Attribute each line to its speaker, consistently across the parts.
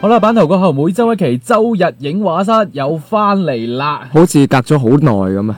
Speaker 1: 好啦，版頭過後每周一期周日影畫室又翻嚟啦，
Speaker 2: 好似隔咗好耐咁啊！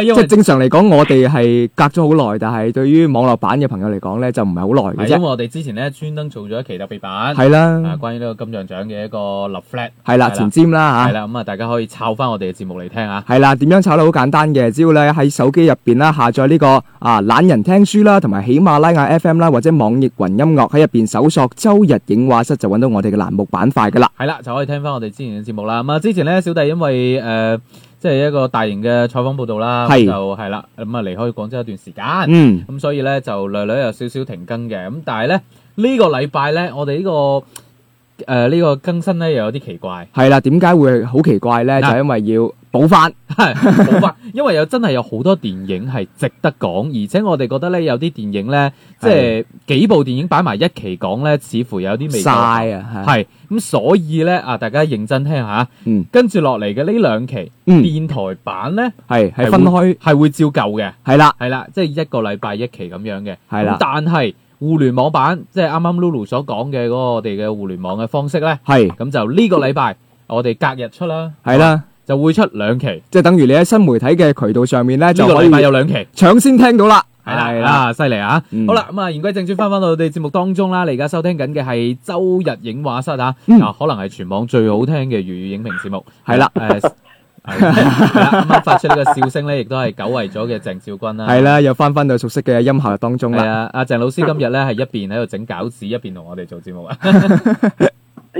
Speaker 1: 因
Speaker 2: 即
Speaker 1: 為
Speaker 2: 係正常嚟講，我哋係隔咗好耐，但係對於網絡版嘅朋友嚟講咧，就唔係好耐
Speaker 1: 係
Speaker 2: 嘅
Speaker 1: 因為
Speaker 2: 啫。
Speaker 1: 我哋之前咧專登做咗一期特別版，
Speaker 2: 係
Speaker 1: 啊
Speaker 2: 啦，
Speaker 1: 關於呢個金像獎嘅一個立 flat，
Speaker 2: 係啦，前瞻啦
Speaker 1: 係
Speaker 2: 嚇，
Speaker 1: 啦，咁啊大家可以抄翻我哋嘅節目嚟聽啊。
Speaker 2: 係啦，點樣炒咧？好簡單嘅，只要咧喺手機入邊啦，下載呢個啊懶人聽書啦，同埋喜馬拉雅 FM 啦，或者網易雲音樂喺入邊搜索周日影畫室，就揾到我哋嘅欄目板塊噶啦。
Speaker 1: 係啦，就可以聽翻我哋之前嘅節目啦。咁啊，之前咧小弟因為誒、呃即係一個大型嘅採訪報導啦，
Speaker 2: 係
Speaker 1: 就係啦，咁啊離開廣州一段時間，咁、
Speaker 2: 嗯，
Speaker 1: 所以咧就略略有少少停更嘅。咁但係咧呢、個禮拜咧，我哋呢、個誒呢、個更新咧又有啲奇怪。
Speaker 2: 係啦，點解會好奇怪咧？就
Speaker 1: 嗱
Speaker 2: 係因為要補翻，
Speaker 1: 係冇法，因為有真係有好多電影係值得講，而且我哋覺得咧有啲電影咧，即係幾部電影擺埋一期講咧，似乎有啲未
Speaker 2: 晒
Speaker 1: 夠。
Speaker 2: 啊，係
Speaker 1: 係咁，所以咧啊，大家認真聽下，
Speaker 2: 嗯
Speaker 1: 跟住落嚟嘅呢兩期
Speaker 2: 嗯
Speaker 1: 電台版咧
Speaker 2: 係
Speaker 1: 係
Speaker 2: 係分開，
Speaker 1: 係會照舊嘅，
Speaker 2: 係啦
Speaker 1: 係啦，即係一個禮拜一期咁樣嘅。
Speaker 2: 係
Speaker 1: 咁
Speaker 2: 啦，
Speaker 1: 但係互聯網版，即係啱啱 Lulu 所講嘅嗰個我哋嘅互聯網嘅方式咧，
Speaker 2: 係
Speaker 1: 咁就呢個禮拜我哋隔日出啦，
Speaker 2: 係啦。
Speaker 1: 就會出兩期，呢
Speaker 2: 即係等於你喺新媒體嘅渠道上面咧，就
Speaker 1: 個
Speaker 2: 可以
Speaker 1: 禮拜有兩期。
Speaker 2: 搶先聽到啦。
Speaker 1: 系啦，啊，犀利啊！
Speaker 2: 嗯
Speaker 1: 好啦，咁啊，言歸正傳，翻翻到我哋節目當中啦。你而家收聽緊嘅係周日影畫室啊，
Speaker 2: 嗯
Speaker 1: 啊，可能係全網最好聽嘅粵語影評節目。
Speaker 2: 係啦
Speaker 1: 誒，係啦啱啱發出呢個笑聲咧，亦都係久違咗嘅鄭少君啦。
Speaker 2: 係，啦，又翻翻到熟悉嘅音效當中
Speaker 1: 係
Speaker 2: 啦。
Speaker 1: 啊，阿鄭老師今日咧係一邊喺度整餃子，一邊同我哋做節目 啊。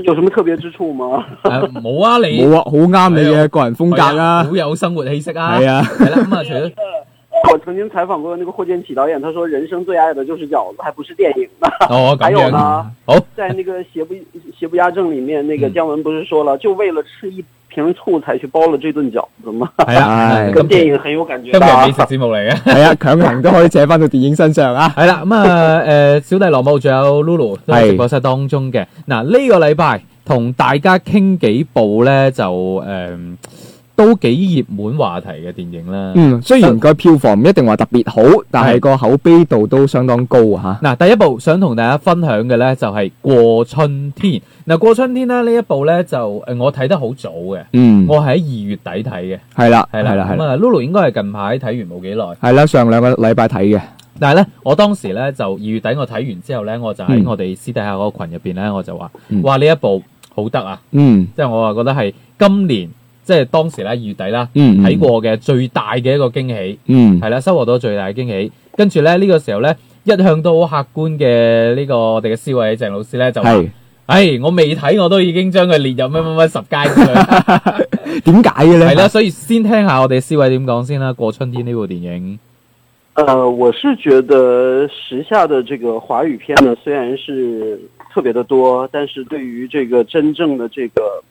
Speaker 3: 有什么特别之处吗？
Speaker 1: 誒冇啊，你
Speaker 2: 冇啊，好啱你嘅個人風格
Speaker 1: 係
Speaker 2: 啦
Speaker 1: 好。有生活氣息啊。
Speaker 2: 係啊，
Speaker 1: 係啦，咁啊，除咗
Speaker 3: 我曾经采访过那个霍建起导演，他说人生最爱的就是饺子，还不是电影呢。
Speaker 1: 哦咁
Speaker 3: 还有
Speaker 1: 樣，
Speaker 3: 呢，
Speaker 1: 好
Speaker 3: 在那个邪不邪不压正里面，那个姜文不是说了，就为了吃一瓶醋才去包了这顿饺子吗？
Speaker 1: 係啦
Speaker 2: 唉，
Speaker 1: 今
Speaker 3: 跟 电影很有感觉
Speaker 1: 今日
Speaker 3: 的
Speaker 1: 係
Speaker 3: 啊
Speaker 1: 美。食節目嚟嘅。
Speaker 2: 係啊，強行都可以扯翻到電影身上啊。
Speaker 1: 系啦，咁啊，诶，小弟羅姆仲有 Lulu 都喺
Speaker 2: 係
Speaker 1: 直播室當中嘅。嗱，呢個禮拜同大家傾幾部咧，就诶、誒都幾熱門話題嘅電影啦。
Speaker 2: 嗯，雖然個票房唔一定話特別好，但係個口碑度都相當高啊
Speaker 1: 嗱，第一部想同大家分享嘅咧就係過春天》。嗱，《過春天》咧呢一部咧就诶、誒我睇得好早嘅，
Speaker 2: 嗯，
Speaker 1: 我係喺二月底睇嘅，
Speaker 2: 係啦，
Speaker 1: 係
Speaker 2: 係
Speaker 1: 啦，
Speaker 2: 啦，係
Speaker 1: 咁
Speaker 2: 啦，
Speaker 1: 啊，Lulu 應該係近排睇完冇幾耐。
Speaker 2: 係啦，上兩個禮拜睇嘅，
Speaker 1: 但係咧，我當時咧就二月底我睇完之後咧，我就喺
Speaker 2: 嗯
Speaker 1: 我哋私底下嗰個群入邊咧，我就話：，
Speaker 2: 嗯
Speaker 1: 哇！呢一部好得啊！
Speaker 2: 嗯
Speaker 1: 即係我啊覺得係今年即係當時啦，二月底啦
Speaker 2: 嗯，嗯
Speaker 1: 睇過嘅最大嘅一個驚喜，
Speaker 2: 嗯，
Speaker 1: 係啦，收穫到最大嘅驚喜。跟住咧呢、呢個時候咧，一向都好客觀嘅呢個我哋嘅思維鄭老師咧就話：，
Speaker 2: 係
Speaker 1: 唉，我未睇我都已經將佢列入乜乜乜 十佳之類，
Speaker 2: 點解嘅咧？
Speaker 1: 係啦，所以先聽下我哋思維點講先啦，《過春天》呢部電影，
Speaker 3: 呃，我是觉得时下的这个华语片呢，虽然是特别的多，但是对于这个真正的这个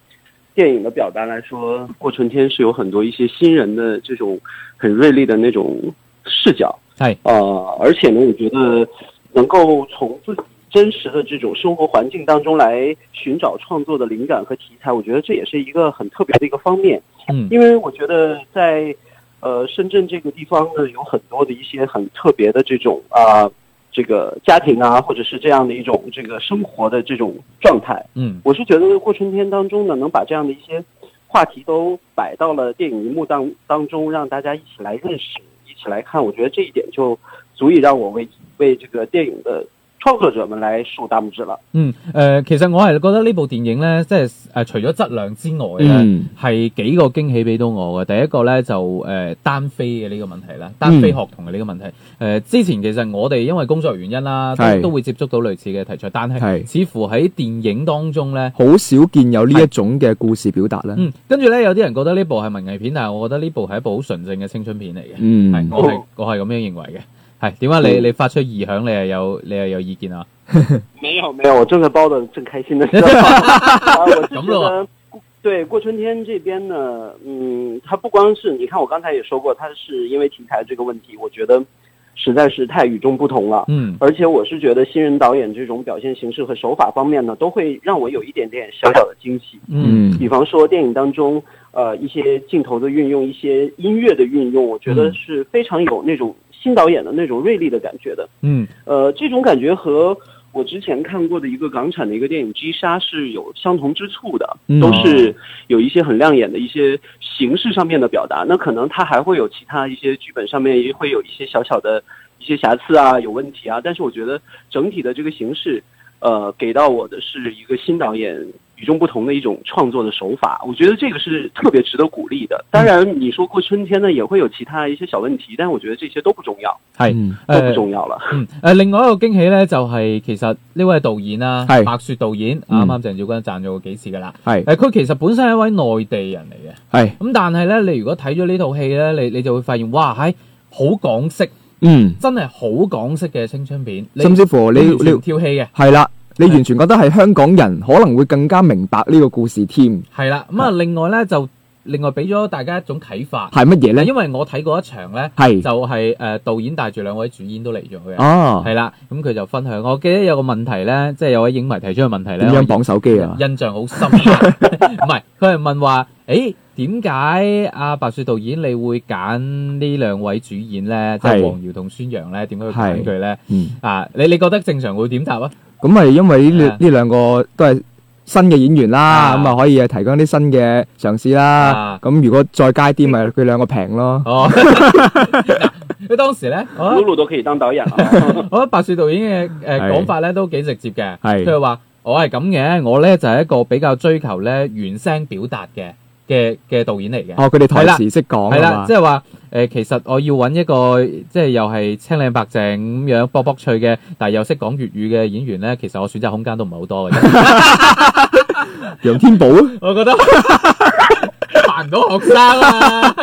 Speaker 3: 电影的表达来说，《过春天》是有很多一些新人的这种很锐利的那种视角。
Speaker 1: 嗨
Speaker 3: 呃，而且呢，我觉得能够从自己真实的这种生活环境当中来寻找创作的灵感和题材，我觉得这也是一个很特别的一个方面。
Speaker 1: 嗯
Speaker 3: 因为我觉得在呃深圳这个地方呢，有很多的一些很特别的这种啊、这个家庭啊，或者是这样的一种这个生活的这种状态。
Speaker 1: 嗯
Speaker 3: 我是觉得《过春天》当中呢，能把这样的一些话题都摆到了电影荧幕当当中，让大家一起来认识，一起来看。我觉得这一点就足以让我为为这个电影的创作者们来竖大拇指了。
Speaker 1: 嗯，誒、其實我係覺得呢部電影咧，即係誒、除咗質量之外咧。
Speaker 2: 嗯
Speaker 1: 係幾個驚喜俾到我嘅。第一個呢，就誒、呃、單飛嘅呢個問題
Speaker 2: 嗯
Speaker 1: 啦，單飛學童嘅呢個問題。誒、之前其實我哋因為工作原因啦，都
Speaker 2: 係
Speaker 1: 都會接觸到類似嘅題材，但係
Speaker 2: 係
Speaker 1: 似乎喺電影當中呢。
Speaker 2: 好少見有呢一種嘅故事表達啦。
Speaker 1: 嗯，跟住呢，有啲人覺得呢部係文藝片，但係我覺得呢部係一部好純正嘅青春片嚟嘅。
Speaker 2: 嗯，
Speaker 1: 係，我係我係咁樣認為嘅。係點解你你發出異響，你係有你係有意見啊？
Speaker 3: 没有没有，我正在包的正开心 的时候，啊，我是
Speaker 1: 怎
Speaker 3: 觉
Speaker 1: 么了
Speaker 3: 得，对过春天这边呢，嗯，它不光是你看，我刚才也说过，它是因为题材这个问题，我觉得实在是太与众不同了。
Speaker 1: 嗯
Speaker 3: 而且我是觉得新人导演这种表现形式和手法方面呢，都会让我有一点点小小的惊喜。
Speaker 1: 嗯
Speaker 3: 比方说电影当中，呃，一些镜头的运用，一些音乐的运用，我觉得
Speaker 1: 嗯
Speaker 3: 是非常有那种新导演的那种锐利的感觉的。
Speaker 1: 嗯
Speaker 3: 呃，这种感觉和我之前看过的一个港产的一个电影《击杀》是有相同之处的，
Speaker 1: 嗯
Speaker 3: 都是有一些很亮眼的一些形式上面的表达。那可能它还会有其他一些剧本上面也会有一些小小的一些瑕疵啊、有问题啊，但是我觉得整体的这个形式，呃，给到我的是一个新导演。与众不同的一种创作的手法，我觉得这个是特别值得鼓励的。当然，你说过春天呢，也会有其他一些小问题，但我觉得这些都不重要，
Speaker 1: 係
Speaker 2: 嗯
Speaker 3: 都不
Speaker 1: 誒
Speaker 3: 重要了。
Speaker 1: 嗯，誒另外一個驚喜咧，就係、其實呢位導演啦、
Speaker 2: 係
Speaker 1: 白雪導演，
Speaker 2: 嗯
Speaker 1: 啱啱鄭少君讚咗佢幾次噶啦。
Speaker 2: 係
Speaker 1: 誒，佢其實本身係一位內地人嚟嘅，
Speaker 2: 係，
Speaker 1: 咁但係咧，你如果睇咗呢套戲咧，你你就會發現，哇，係好港式，
Speaker 2: 嗯，
Speaker 1: 真係好港式嘅青春片，你
Speaker 2: 甚至乎你
Speaker 1: 你完全
Speaker 2: 你
Speaker 1: 唔跳戲嘅，
Speaker 2: 係啦，你完全覺得係香港人可能會更加明白呢個故事添，
Speaker 1: 係啦。咁啊，另外咧就另外俾咗大家一種啟發，
Speaker 2: 係乜嘢咧？
Speaker 1: 因為我睇過一場咧，就
Speaker 2: 係
Speaker 1: 係、誒、導演帶住兩位主演都嚟咗嘅。
Speaker 2: 哦，
Speaker 1: 係啦，咁佢就分享，我記得有個問題咧，即係有位影迷提出嘅問題咧，
Speaker 2: 點樣綁手機啊？
Speaker 1: 印象好深刻， 唔係佢係問話，誒點解阿白雪導演你會揀呢兩位主演咧，即係
Speaker 2: 係
Speaker 1: 黃瑤同孫楊咧，點解會揀佢咧？
Speaker 2: 嗯。
Speaker 1: 啊，你你覺得正常會點答 啊？
Speaker 2: 咁咪因為呢
Speaker 1: 啊
Speaker 2: 呢呢兩個都係新嘅演員
Speaker 1: 啊
Speaker 2: 啦，咁啊可以啊提供啲新嘅嘗試
Speaker 1: 啊
Speaker 2: 啦。咁如果再加啲，咪佢兩個平咯。
Speaker 1: 哦，佢當時咧，我覺
Speaker 3: 露
Speaker 1: 得
Speaker 3: 露都可以当导演了。啊
Speaker 1: 我覺得白雪導演嘅誒
Speaker 2: 係
Speaker 1: 講法咧都幾直接嘅，
Speaker 2: 係
Speaker 1: 佢係話我係咁嘅，我咧就係一個比較追求咧原聲表達嘅嘅嘅導演嚟嘅。
Speaker 2: 哦，佢哋台
Speaker 1: 係啦
Speaker 2: 詞識講
Speaker 1: 係
Speaker 2: 係
Speaker 1: 啦，
Speaker 2: 嘛
Speaker 1: 即？係話誒，其實我要揾一個即係又係清靚白淨咁樣卜卜脆嘅，但係又識講粵語嘅演員咧，其實我選擇空間都唔係好多嘅啫。
Speaker 2: 楊天寶啊
Speaker 1: 我覺得 煩唔到學生 啊！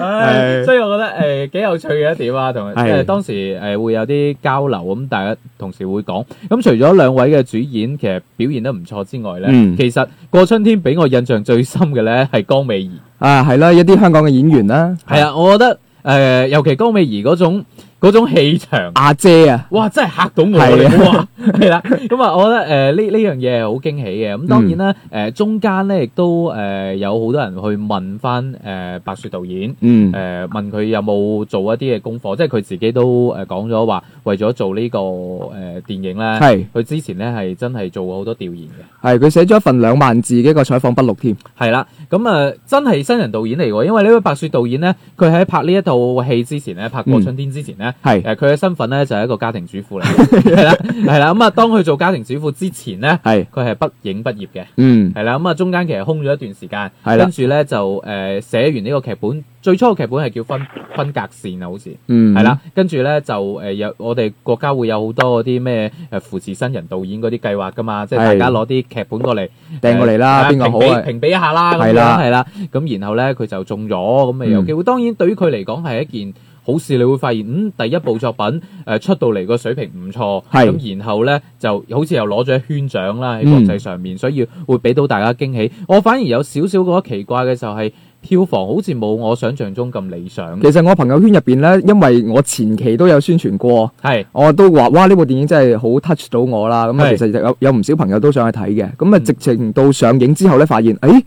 Speaker 1: 唉，
Speaker 2: 係
Speaker 1: 所以我覺得誒幾、有趣嘅一點啊，同即
Speaker 2: 係
Speaker 1: 係當時誒、會有啲交流咁，大家同時會講。咁除咗兩位嘅主演其實表現得唔錯之外咧，
Speaker 2: 嗯
Speaker 1: 其實過春天俾我印象最深嘅咧係江美儀。
Speaker 2: 啊，係啦，一啲香港嘅演員啦，
Speaker 1: 系啊，我覺得诶、呃尤其江美儀嗰種嗰種氣場，
Speaker 2: 阿姐啊，
Speaker 1: 哇，真係嚇到我
Speaker 2: 係
Speaker 1: 嘅，哇，係啦，咁啊，我覺得诶呢呢樣嘢係好驚喜嘅，咁當然啦，诶、中間咧亦都诶、呃有好多人去問翻诶、呃白雪導演。
Speaker 2: 嗯
Speaker 1: 誒、，問佢有冇做一啲嘅功課，即係佢自己都誒講咗話，為咗做呢、個誒、呃、電影咧，
Speaker 2: 係
Speaker 1: 佢之前咧係真係做過好多調研嘅，
Speaker 2: 係佢寫咗一份兩萬字嘅一個採訪筆錄添。
Speaker 1: 係啦，咁啊、呃真係新人導演嚟喎，因為呢位白雪導演咧，佢喺拍呢一套戲之前咧，拍過
Speaker 2: 嗯
Speaker 1: 春天之前咧，
Speaker 2: 係
Speaker 1: 誒佢嘅身份咧就係、一個家庭主婦嚟 嘅，係啦係啦。咁啊，當佢做家庭主婦之前咧，
Speaker 2: 係，
Speaker 1: 佢係畢影畢業嘅，
Speaker 2: 嗯
Speaker 1: 係啦。咁啊，中間其實空咗一段時間，
Speaker 2: 係啦
Speaker 1: 跟住咧就誒、寫完呢個劇本，最初嘅劇本係叫分分隔線啊，好似
Speaker 2: 嗯，
Speaker 1: 係啦。跟住咧就誒有、我哋國家會有好多嗰啲咩誒扶持新人導演嗰啲計劃噶嘛，即係大
Speaker 2: 係
Speaker 1: 家攞啲劇本過嚟
Speaker 2: 掟過嚟啦，邊個好啊？
Speaker 1: 評比一下啦，咁
Speaker 2: 係
Speaker 1: 樣
Speaker 2: 啦
Speaker 1: 係啦，咁然後咧佢就中咗，咁咪有
Speaker 2: 嗯
Speaker 1: 機會。當然對於佢嚟講係一件好事，你會發現嗯第一部作品誒出到嚟個水平唔錯，
Speaker 2: 係嗯
Speaker 1: 咁然後咧就好似又攞咗一圈獎啦喺國際上面，所以會俾到大家驚喜。我反而有少少覺得奇怪嘅就係票房好似冇我想象中咁理想，
Speaker 2: 其實我朋友圈入邊咧，因為我前期都有宣傳過。
Speaker 1: 係
Speaker 2: 我都話哇！呢部電影真係好 touch 到我啦。咁啊，
Speaker 1: 係
Speaker 2: 其實有有唔少朋友都想去睇嘅。咁啊，
Speaker 1: 嗯
Speaker 2: 直情到上映之後咧，發現誒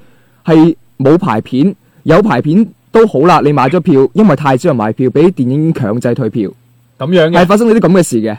Speaker 2: 係冇排片，有排片都好啦。你買咗票，因為太少人買票，俾電影強制退票，
Speaker 1: 咁樣嘅
Speaker 2: 係。發生咗啲咁嘅事嘅，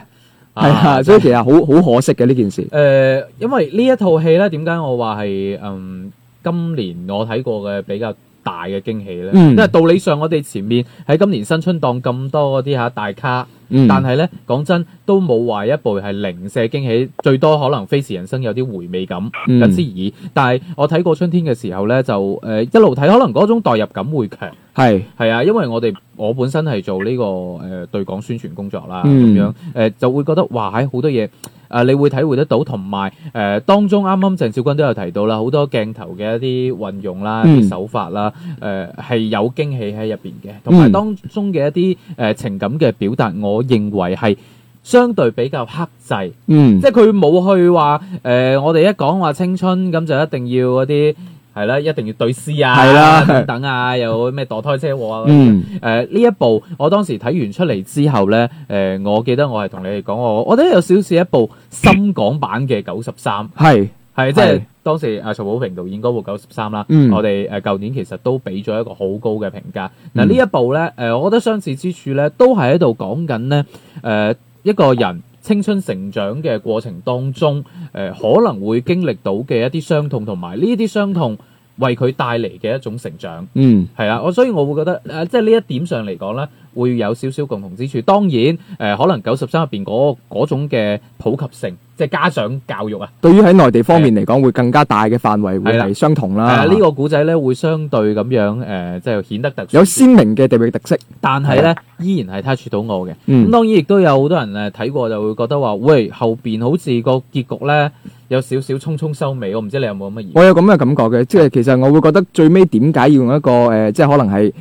Speaker 2: 係啊。所以其實好好可惜嘅呢件事
Speaker 1: 誒、。呃因為呢一套戲咧，點解我話係嗯今年我睇過嘅比較大嘅驚喜咧？
Speaker 2: 嗯
Speaker 1: 因為道理上我哋前面喺今年新春檔咁多嗰啲嚇大咖，
Speaker 2: 嗯，
Speaker 1: 但係咧講真都冇話一部係零舍驚喜，最多可能《飛馳人生》有啲回味感
Speaker 2: 嗯
Speaker 1: 僅此而已。但係我睇過春天嘅時候咧，就誒、一路睇，可能嗰種代入感會強。
Speaker 2: 係
Speaker 1: 係啊，因為我哋我本身係做呢、個誒、呃、對港宣傳工作啦，咁、
Speaker 2: 嗯
Speaker 1: 樣誒、呃就會覺得哇，喺好多嘢誒、呃你會體會得到，同埋誒當中啱啱鄭少君都有提到啦，好多鏡頭嘅一啲運用啦、一
Speaker 2: 嗯
Speaker 1: 啲手法啦，誒、係有驚喜喺入邊嘅，同埋
Speaker 2: 嗯
Speaker 1: 當中嘅一啲誒、呃情感嘅表達，我認為係相對比較克制。
Speaker 2: 嗯
Speaker 1: 即係佢冇去話誒、呃我哋一講話青春咁就一定要嗰啲係係啦，一定要對屍啊，
Speaker 2: 係啦
Speaker 1: 等等啊，又咩墮胎車禍啊。
Speaker 2: 嗯，
Speaker 1: 誒呢、一部，我當時睇完出嚟之後咧，誒、我記得我係同你哋講，我我覺得有少少一部深港版嘅九十三，
Speaker 2: 系，
Speaker 1: 係即係
Speaker 2: 係
Speaker 1: 當時阿曹保平導演嗰部九十三啦，
Speaker 2: 嗯
Speaker 1: 我哋誒舊年其實都俾咗一個好高嘅評價。嗱
Speaker 2: 嗯
Speaker 1: 呢一部咧，誒、我覺得相似之處咧，都係喺度講緊咧，誒、一個人。青春成長嘅過程當中，誒、可能會經歷到嘅一啲傷痛，同埋呢啲傷痛為佢帶嚟嘅一種成長。
Speaker 2: 嗯，
Speaker 1: 係啦，我所以我會覺得誒、呃即係呢一點上嚟講咧，會有少少共同之處。當然誒、呃可能九十三入邊嗰嗰種嘅普及性，即係家長教育啊，
Speaker 2: 對於喺內地方面嚟講，會更加大嘅範圍會
Speaker 1: 係啦
Speaker 2: 係相同
Speaker 1: 誒、
Speaker 2: 啦。
Speaker 1: 呃呢、個古仔咧會相對咁樣誒、呃即係顯得特殊。
Speaker 2: 有鮮明嘅地域特色。
Speaker 1: 但係咧依然係 touch 到我嘅。咁、
Speaker 2: 嗯
Speaker 1: 當然亦都有好多人誒睇過就會覺得話，喂後邊好似個結局咧有少少匆匆收尾，我唔知你有冇咁嘅疑。
Speaker 2: 我有咁嘅感覺嘅，即係其實我會覺得最尾點解要用一個誒、呃即係可能係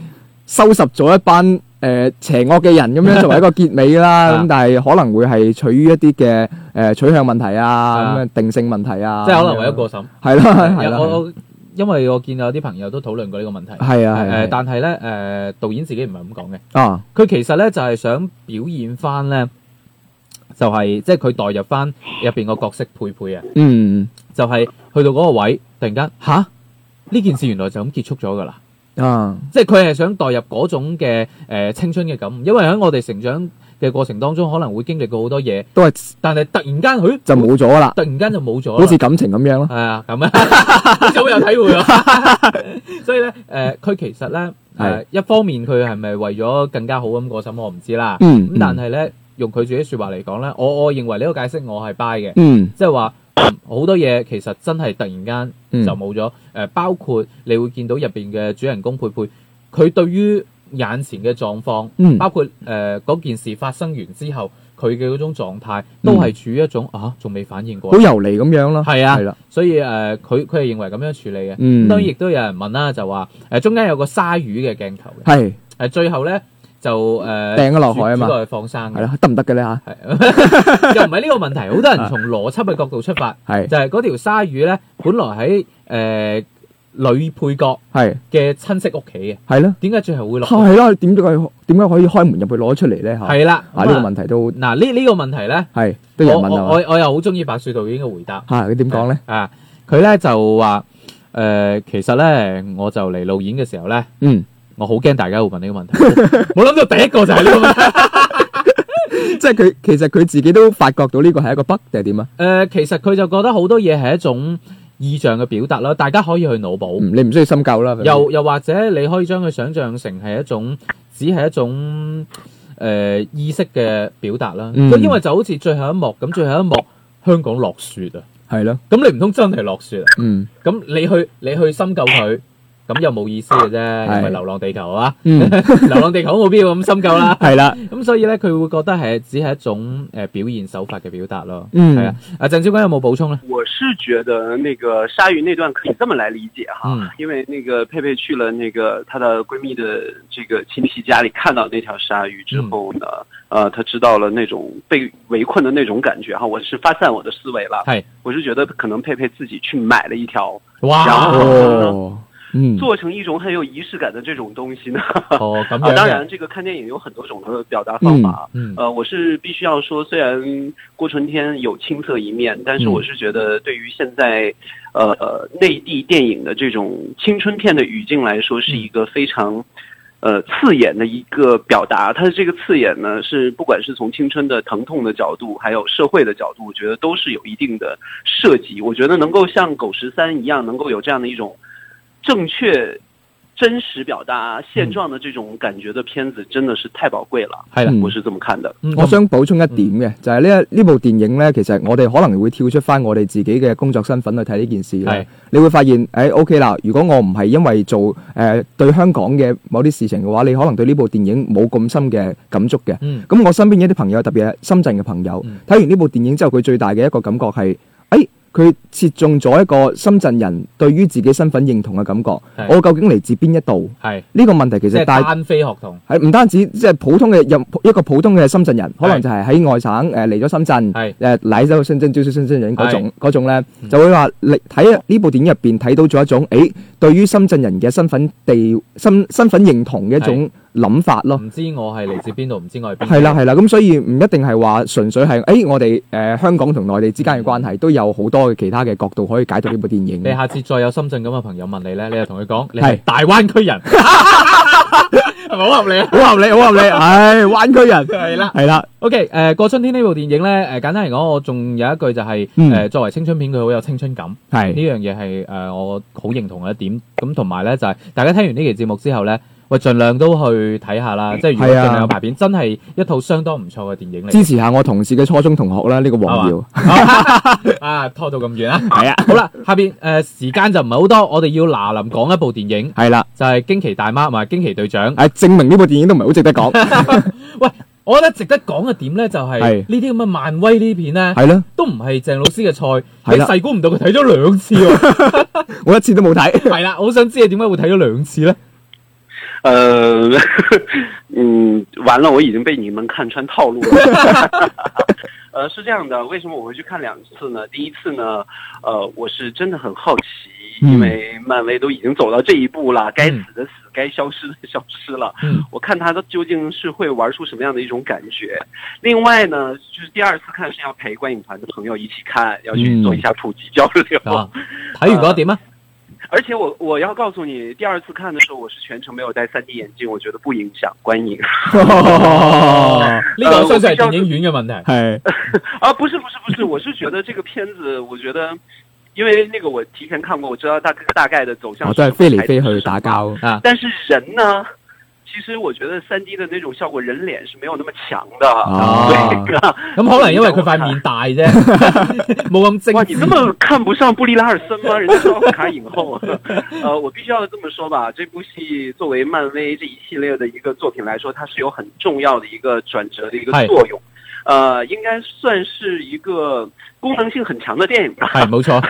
Speaker 2: 收拾咗一班誒、呃邪惡嘅人咁樣作為一個結尾啦。
Speaker 1: 啊
Speaker 2: 咁但係可能會係取於一啲嘅誒取向問題啊，咁
Speaker 1: 啊
Speaker 2: 啊定性問題啊，
Speaker 1: 即係可能為咗過審。
Speaker 2: 係啦係
Speaker 1: 有
Speaker 2: 啦
Speaker 1: 我我因為我見到有啲朋友都討論過呢個問題。
Speaker 2: 係啊係
Speaker 1: 誒
Speaker 2: 啊
Speaker 1: 但係咧誒導演自己唔係咁講嘅。
Speaker 2: 係啊
Speaker 1: 佢其實咧就係、想表現翻咧，就係即係佢代入翻入邊個角色佩佩啊，
Speaker 2: 嗯
Speaker 1: 就係、去到嗰個位，突然間吓呢件事原來就咁結束咗㗎啦。
Speaker 2: 啊
Speaker 1: 即係佢係想代入嗰種嘅誒、呃青春嘅感悟，因為喺我哋成長嘅過程當中，可能會經歷過好多嘢，
Speaker 2: 都係
Speaker 1: 但係突然間佢
Speaker 2: 就，冇咗啦，
Speaker 1: 突然間就冇咗啦，
Speaker 2: 好似感情咁樣咯。
Speaker 1: 係啊，咁啊， 你就會有體會咯。 所以咧，誒、呃佢其實咧，誒、
Speaker 2: 係
Speaker 1: 一方面佢係咪為咗更加好咁過審，我唔知啦。
Speaker 2: 嗯
Speaker 1: 咁
Speaker 2: 嗯
Speaker 1: 但係咧，用佢自己説話嚟講咧，我我認為呢個解釋我係 buy 嘅，
Speaker 2: 嗯
Speaker 1: 即係話嗯好多嘢其實真係突然間
Speaker 2: 嗯
Speaker 1: 就冇咗。誒、包括你會見到入邊嘅主人公佩佩，佢對於眼前嘅狀況，
Speaker 2: 嗯
Speaker 1: 包括呃誒嗰、件事發生完之後，佢嘅嗰種狀態，都係處於一種啊仲未反應過
Speaker 2: 嗯好。游離咁樣咯。
Speaker 1: 係啊
Speaker 2: 係啦，
Speaker 1: 所以誒，呃佢佢係認為咁樣處理嘅。咁、
Speaker 2: 嗯
Speaker 1: 當然亦都有人問啦，就話誒、呃中間有個鯊魚嘅鏡頭嘅，誒、呃
Speaker 2: 係
Speaker 1: 最後咧就誒呃掟
Speaker 2: 掟咗落海啊嘛
Speaker 1: 係放生
Speaker 2: 係
Speaker 1: 嘅，
Speaker 2: 啦，得唔得嘅咧嚇？
Speaker 1: 係又唔係呢個問題。好多人從邏輯嘅角度出發，
Speaker 2: 係
Speaker 1: 就係嗰條鯊魚咧，本來喺誒、呃女配角
Speaker 2: 係
Speaker 1: 嘅親戚屋企嘅，
Speaker 2: 係咯，
Speaker 1: 點解最後會落海？
Speaker 2: 係咯，點解佢點解可以開門入去攞出嚟咧嚇？
Speaker 1: 係啦，
Speaker 2: 啊呢
Speaker 1: 咁
Speaker 2: 個問題都
Speaker 1: 嗱呢呢個問題咧，
Speaker 2: 係都有
Speaker 1: 我
Speaker 2: 人問
Speaker 1: 我
Speaker 2: 啊嘛。
Speaker 1: 我我又好中意白雪導演嘅回答。
Speaker 2: 嚇佢點講咧？
Speaker 1: 啊，佢咧就話誒、呃其實咧我就嚟路演嘅時候咧，
Speaker 2: 嗯，
Speaker 1: 我好驚大家會問呢個問題， 冇諗到第一個就係呢個問題。誒、
Speaker 2: 即係佢其實佢自己都發覺到呢個係一個北定係點啊？
Speaker 1: 呃其實佢就覺得好多嘢係一種意象嘅表達啦，大家可以去腦補，
Speaker 2: 嗯你唔需要深究啦。
Speaker 1: 又又或者你可以將佢想像成係一種，只係一種誒、呃意識嘅表達啦。
Speaker 2: 嗯
Speaker 1: 因為就好似最後一幕咁，最後一幕香港落雪啊，
Speaker 2: 係咯，
Speaker 1: 咁你唔通真係落雪啊？
Speaker 2: 嗯
Speaker 1: 咁你去你去深究佢，咁又冇意思嘅啫，
Speaker 2: 係
Speaker 1: 因為流浪地球啊，
Speaker 2: 嗯，
Speaker 1: 流浪地球冇必要咁深究啦。
Speaker 2: 係啦，
Speaker 1: 咁所以咧，佢會覺得係只係一種誒、呃表現手法嘅表達咯。
Speaker 2: 嗯
Speaker 1: 係啊。阿鄭少君有冇補充咧？
Speaker 3: 我是觉得那个鲨鱼那段可以这么来理解哈，
Speaker 1: 嗯
Speaker 3: 因为那个佩佩去了那个她的闺蜜的这个亲戚家里，看到那条鲨鱼之后呢，呃，她知道了那种被围困的那种感觉哈。我是发散我的思维了，
Speaker 1: 是
Speaker 3: 我是觉得可能佩佩自己去买了一条，
Speaker 2: Ừ.
Speaker 1: 哇！
Speaker 2: 哦，嗯，
Speaker 3: 做成一种很有仪式感的这种东西呢。
Speaker 1: 哦，咁
Speaker 3: 啊，
Speaker 1: 樣
Speaker 3: 当
Speaker 1: 嘅
Speaker 3: 然，，这个看电影有很多种的表达方法。
Speaker 1: 嗯
Speaker 3: 呃，我是必须要说，虽然郭纯天有青涩一面，但是
Speaker 2: 嗯
Speaker 3: 我是觉得对于现在，呃呃，内地电影的这种青春片的语境来说，是一个非常。呃，刺眼的一个表达，它的这个刺眼呢，是不管是从青春的疼痛的角度，还有社会的角度，我觉得都是有一定的涉及。我觉得能够像《狗十三》一样，能够有这样的一种正确、真实表达现状的这种感觉的片子，真的是太宝贵了。
Speaker 1: 係啦
Speaker 2: 嗯
Speaker 3: 我是这么看的。
Speaker 1: 嗯
Speaker 2: 我想補充一點嘅，就係呢呢部電影呢，其實我哋可能會跳出翻我哋自己嘅工作身份去睇呢件事
Speaker 1: 係
Speaker 2: 咧。你會發現，誒、OK 啦，如果我唔係因為做誒、呃、對香港嘅某啲事情嘅話，你可能對呢部電影冇咁深嘅感觸嘅。
Speaker 1: 嗯
Speaker 2: 咁我身邊一啲朋友，特別係深圳嘅朋友
Speaker 1: 嗯，
Speaker 2: 睇完呢部電影之後，佢最大嘅一個感覺係，誒、佢佢切中咗一個深圳人對於自己身份認同嘅感覺。
Speaker 1: 係
Speaker 2: 我究竟嚟自邊一度？
Speaker 1: 係
Speaker 2: 呢、個問題其
Speaker 1: 即
Speaker 2: 實
Speaker 1: 係
Speaker 2: 帶
Speaker 1: 單非學童，
Speaker 2: 係唔單止即係普通嘅任一個普通嘅深圳人，可能就係喺外省誒嚟咗深圳
Speaker 1: 係
Speaker 2: 誒嚟咗深圳招少深圳人嗰種嗰種咧
Speaker 1: 嗯，
Speaker 2: 就會話你睇呢部電影入邊睇到咗一種誒對於深圳人嘅身份地身身份認同嘅一種諗法咯。
Speaker 1: 唔知我係嚟自邊度，唔知我係邊。
Speaker 2: 係啦，係啦，咁所以唔一定係話純粹係誒我哋誒香港同內地之間嘅關係，都有好多嘅其他嘅角度可以解讀呢部電影
Speaker 1: 你。下次再有深圳咁嘅朋友問你咧，你就同佢講你係
Speaker 2: 係
Speaker 1: 大灣區 人，係咪好合理啊？
Speaker 2: 好合理，好合理，唉，灣區 人
Speaker 1: 係啦
Speaker 2: 係啦，
Speaker 1: OK，誒、過春天呢部電影咧，誒、簡單嚟講，我仲有一句就係、
Speaker 2: 嗯
Speaker 1: 誒、作為青春片，佢好有青春感，呢
Speaker 2: 係
Speaker 1: 樣嘢係誒我好認同嘅一點。咁同埋咧就係、大家聽完呢期節目之後咧，喂，盡量都去睇下啦，即係如果
Speaker 2: 係啊
Speaker 1: 盡量有排片，真係一套相當唔錯嘅電影嚟。
Speaker 2: 支持下我同事嘅初中同學啦，呢個黃耀。
Speaker 1: 啊，拖到咁遠啊！
Speaker 2: 係啊，
Speaker 1: 好啦，下邊誒、呃時間就唔係好多，我哋要嗱臨講一部電影，
Speaker 2: 係啦，
Speaker 1: 就係、驚奇大媽》同埋《驚奇隊長》。
Speaker 2: 诶，啊證明呢部電影都唔係好值得講，
Speaker 1: 我覺得值得講嘅點咧，就係
Speaker 2: 係
Speaker 1: 呢啲咁嘅漫威呢啲片咧，
Speaker 2: 係咯，
Speaker 1: 都唔 係鄭老師嘅菜，你
Speaker 2: 係啦
Speaker 1: 細估唔到佢睇咗兩次喎。
Speaker 2: 我一次都冇睇。
Speaker 1: 係啦，我好想知你點解會睇咗兩次 咧？
Speaker 3: 呃， 嗯，完了，我已经被你们看穿套路了。 呃，是这样的，为什么我会去看两次呢？第一次呢，呃，我是真的很好奇，
Speaker 2: 嗯
Speaker 3: 因为漫威都已经走到这一步了，该
Speaker 1: 嗯
Speaker 3: 死的死，该消失的消失了。
Speaker 1: 嗯
Speaker 3: 我看他究竟是会玩出什么样的一种感觉。另外呢，就是第二次看是要陪观影团的朋友一起看，要去
Speaker 2: 嗯
Speaker 3: 做一下普及交流。
Speaker 1: 啊，睇完覺得點啊？
Speaker 3: 而且我我要告诉你，第二次看的时候，我是全程没有戴 3D 眼镜，我觉得不影响观影。
Speaker 1: 哦，呢個我相信係
Speaker 3: 呃我比較
Speaker 1: 電影院嘅問題。
Speaker 2: 係
Speaker 3: 啊，不是不是不是，我是觉得这个片子，我觉得，因为那个我提前看过，我知道大大概的走向。
Speaker 2: 我都係飛嚟飛去 打。交。
Speaker 1: 哦啊
Speaker 3: 但是人呢，其实我觉得三 D 的那种效果，人脸是没有那么强的。
Speaker 2: 啊
Speaker 3: 对啊，
Speaker 1: 咁可能因為佢 塊面大啫，冇咁精啊
Speaker 3: 哇，你
Speaker 1: 緻
Speaker 3: 这么看不上布丽拉尔森吗？人家是奥斯卡影后。 呃，我必须要这么说吧，这部戏作为漫威这一系列的一个作品来说，它是有很重要的一个转折的一个
Speaker 1: 嗨
Speaker 3: 作用。呃，应该算是一个功能性很强的电影吧。
Speaker 1: 係冇錯。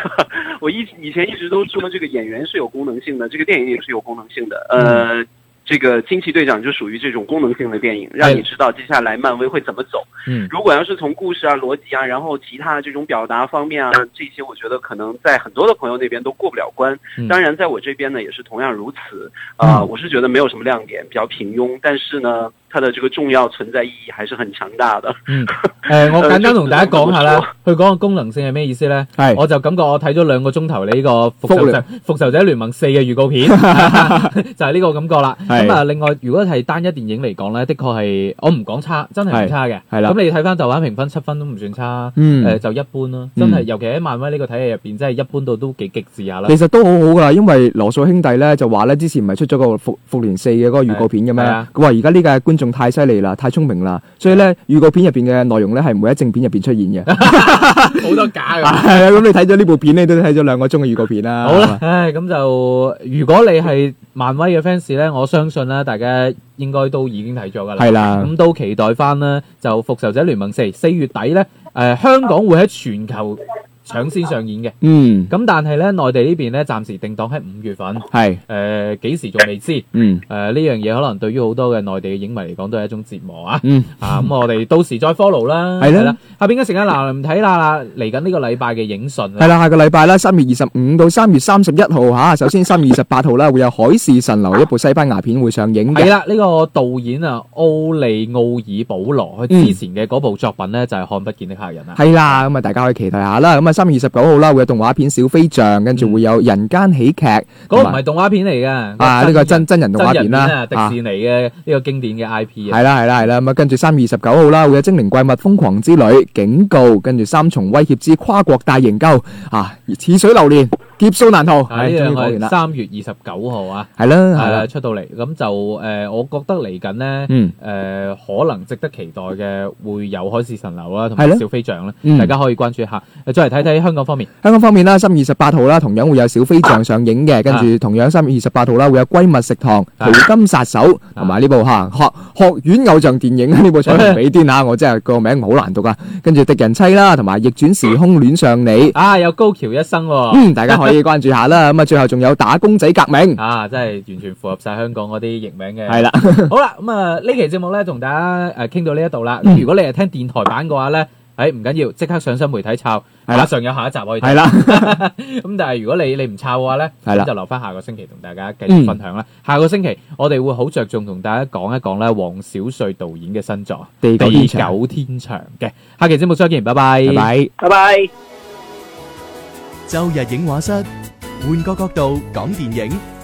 Speaker 3: 我一以前一直都说这个演员是有功能性的，这个电影也是有功能性的。呃，这个惊奇队长就属于这种功能性的电影，让你知道接下来漫威会怎么走。
Speaker 1: 嗯
Speaker 3: 如果要是从故事啊、逻辑啊，然后其他的这种表达方面啊，这些我觉得可能在很多的朋友那边都过不了关
Speaker 1: 嗯。
Speaker 3: 当然，在我这边呢也是同样如此。啊、我是觉得没有什么亮点，比较平庸，但是呢，它的这个重要存在意义还是很强大的。
Speaker 1: 嗯，誒，我簡單同大家講下啦。佢講嘅功能性係咩意思咧？
Speaker 2: 係
Speaker 1: 我就感覺我睇咗兩個鐘頭你呢個復仇
Speaker 2: 復
Speaker 1: 者
Speaker 2: 聯
Speaker 1: 復仇者聯盟四嘅預 告片， 就係呢個感覺啦。
Speaker 2: 係
Speaker 1: 咁啊，另外如果係單一電影嚟講咧，的確係我唔講差，真係唔差嘅。
Speaker 2: 係啦
Speaker 1: 咁你睇翻豆瓣評分七分都唔算差，
Speaker 2: 嗯
Speaker 1: 誒就一般咯。真係，
Speaker 2: 嗯
Speaker 1: 尤其喺漫威呢個體系入邊，真係一般到都幾極致 下啦。
Speaker 2: 其實都好好㗎，因為羅素兄弟咧就話咧，之前咪出咗個復復聯四嘅嗰個預告片嘅咩
Speaker 1: 係啊？
Speaker 2: 佢話而家呢屆觀眾太犀利啦，太聰明啦，所以咧預告片入邊嘅內容咧係唔會喺正片入邊出 現嘅。
Speaker 1: 好多假
Speaker 2: 係
Speaker 1: 㗎。
Speaker 2: 啊 咁你睇咗呢部片，你都睇咗兩個鐘嘅預告片啦。
Speaker 1: 好啦，，唉，咁就如果你係漫威嘅 fans 咧，我相信咧，大家應該都已經睇咗㗎啦。
Speaker 2: 係啦，
Speaker 1: 咁都期待翻啦，就《復仇者聯盟四》四月底呢，誒、呃香港會喺全球搶先上演嘅。
Speaker 2: 嗯，
Speaker 1: 咁但係呢，內地呢邊呢，暫時定檔喺五月份，誒、呃
Speaker 2: 係，
Speaker 1: 幾時仲未知。誒
Speaker 2: 嗯，
Speaker 1: 呢樣嘢可能對於好多嘅內地嘅影迷嚟講都係一種折磨啊！
Speaker 2: 嗯，
Speaker 1: 啊咁，我哋到時再 follow 啦，
Speaker 2: 係啦
Speaker 1: 係啦。下邊嘅時間嗱，唔睇啦，嚟緊呢個禮拜嘅影訊啊啦
Speaker 2: 係啦，下個禮拜啦，三月二十五到三月三十一號嚇，首先三月二十八號啦，會有《海市蜃樓》一部西班牙片會上映嘅
Speaker 1: 係。啦，呢、個導演啊，奧利奧爾保羅，佢之前嘅嗰部作品呢，就係、看不見的客人》啊。
Speaker 2: 係啦，咁啊大家可以期待下啦。咁啊三月二十九號啦，會有動畫片《小飛象》，跟住會有《人間喜劇》
Speaker 1: 嗯嗰
Speaker 2: 同
Speaker 1: 個唔
Speaker 2: 埋
Speaker 1: 係動畫片嚟嘅，
Speaker 2: 啊呢個真真人動畫
Speaker 1: 真人
Speaker 2: 片
Speaker 1: 片
Speaker 2: 啦
Speaker 1: 啊，迪士尼嘅呢個經典嘅 I P 啊。
Speaker 2: 係啦係啦係啦，咁啊跟住三月二十九號啦，會有《精靈怪物瘋狂之旅》警告，跟住《三重威脅之跨國大營救》啊，似水流年劫數難逃，
Speaker 1: 啊呢
Speaker 2: 係終
Speaker 1: 樣
Speaker 2: 於講完
Speaker 1: 係
Speaker 2: 啦，
Speaker 1: 三月二十九號啊，
Speaker 2: 係啦，係
Speaker 1: 係啦
Speaker 2: 啦，
Speaker 1: 出到嚟，咁就誒，我覺得嚟緊咧。
Speaker 2: 嗯，
Speaker 1: 誒、可能值得期待嘅會有海市蜃樓啦，同埋
Speaker 2: 係咯
Speaker 1: 小飛象啦，
Speaker 2: 嗯
Speaker 1: 大家可以關注一下。再嚟睇睇香港方面，
Speaker 2: 香港方面啦，三月二十八號啦，同樣會有小飛
Speaker 1: 啊
Speaker 2: 象上映嘅，跟住同樣三月二十八號啦，會有《閨蜜食堂》、
Speaker 1: 啊
Speaker 2: 《淘金殺手》同埋呢部嚇學學院偶像電 影啊呢部《彩虹比癲》啊，我真係個名好難讀啊，跟住《敵人妻》啦，同埋《逆轉時空戀上你》。
Speaker 1: 啊有高橋一生喎、
Speaker 2: 嗯，大家可以關注下啦。咁啊，最後仲有打工仔革命，
Speaker 1: 啊，真係完全符合晒香港嗰啲譯名嘅。
Speaker 2: 係啦，
Speaker 1: 好啦，咁啊呢期節目咧同大家誒傾到呢一度啦。
Speaker 2: 嗯
Speaker 1: 咁如果你係聽電台版嘅話咧，誒唔緊要，即刻上新媒體抄，
Speaker 2: 係啦
Speaker 1: 馬上有下一集可以睇。
Speaker 2: 係啦，
Speaker 1: 咁但係如果你你唔抄嘅話咧，
Speaker 2: 係啦嗯
Speaker 1: 咁就留翻下個星期同大家繼續分享啦。下個星期我哋會好着重同大家講一講咧黃小帥導演嘅新作
Speaker 2: 地
Speaker 1: 《
Speaker 2: 久
Speaker 1: 地
Speaker 2: 天長
Speaker 1: 久天長》嘅。下期節目再見，拜拜。
Speaker 2: 拜拜。
Speaker 3: 拜拜。
Speaker 4: 周日影画室，換個角度講電影。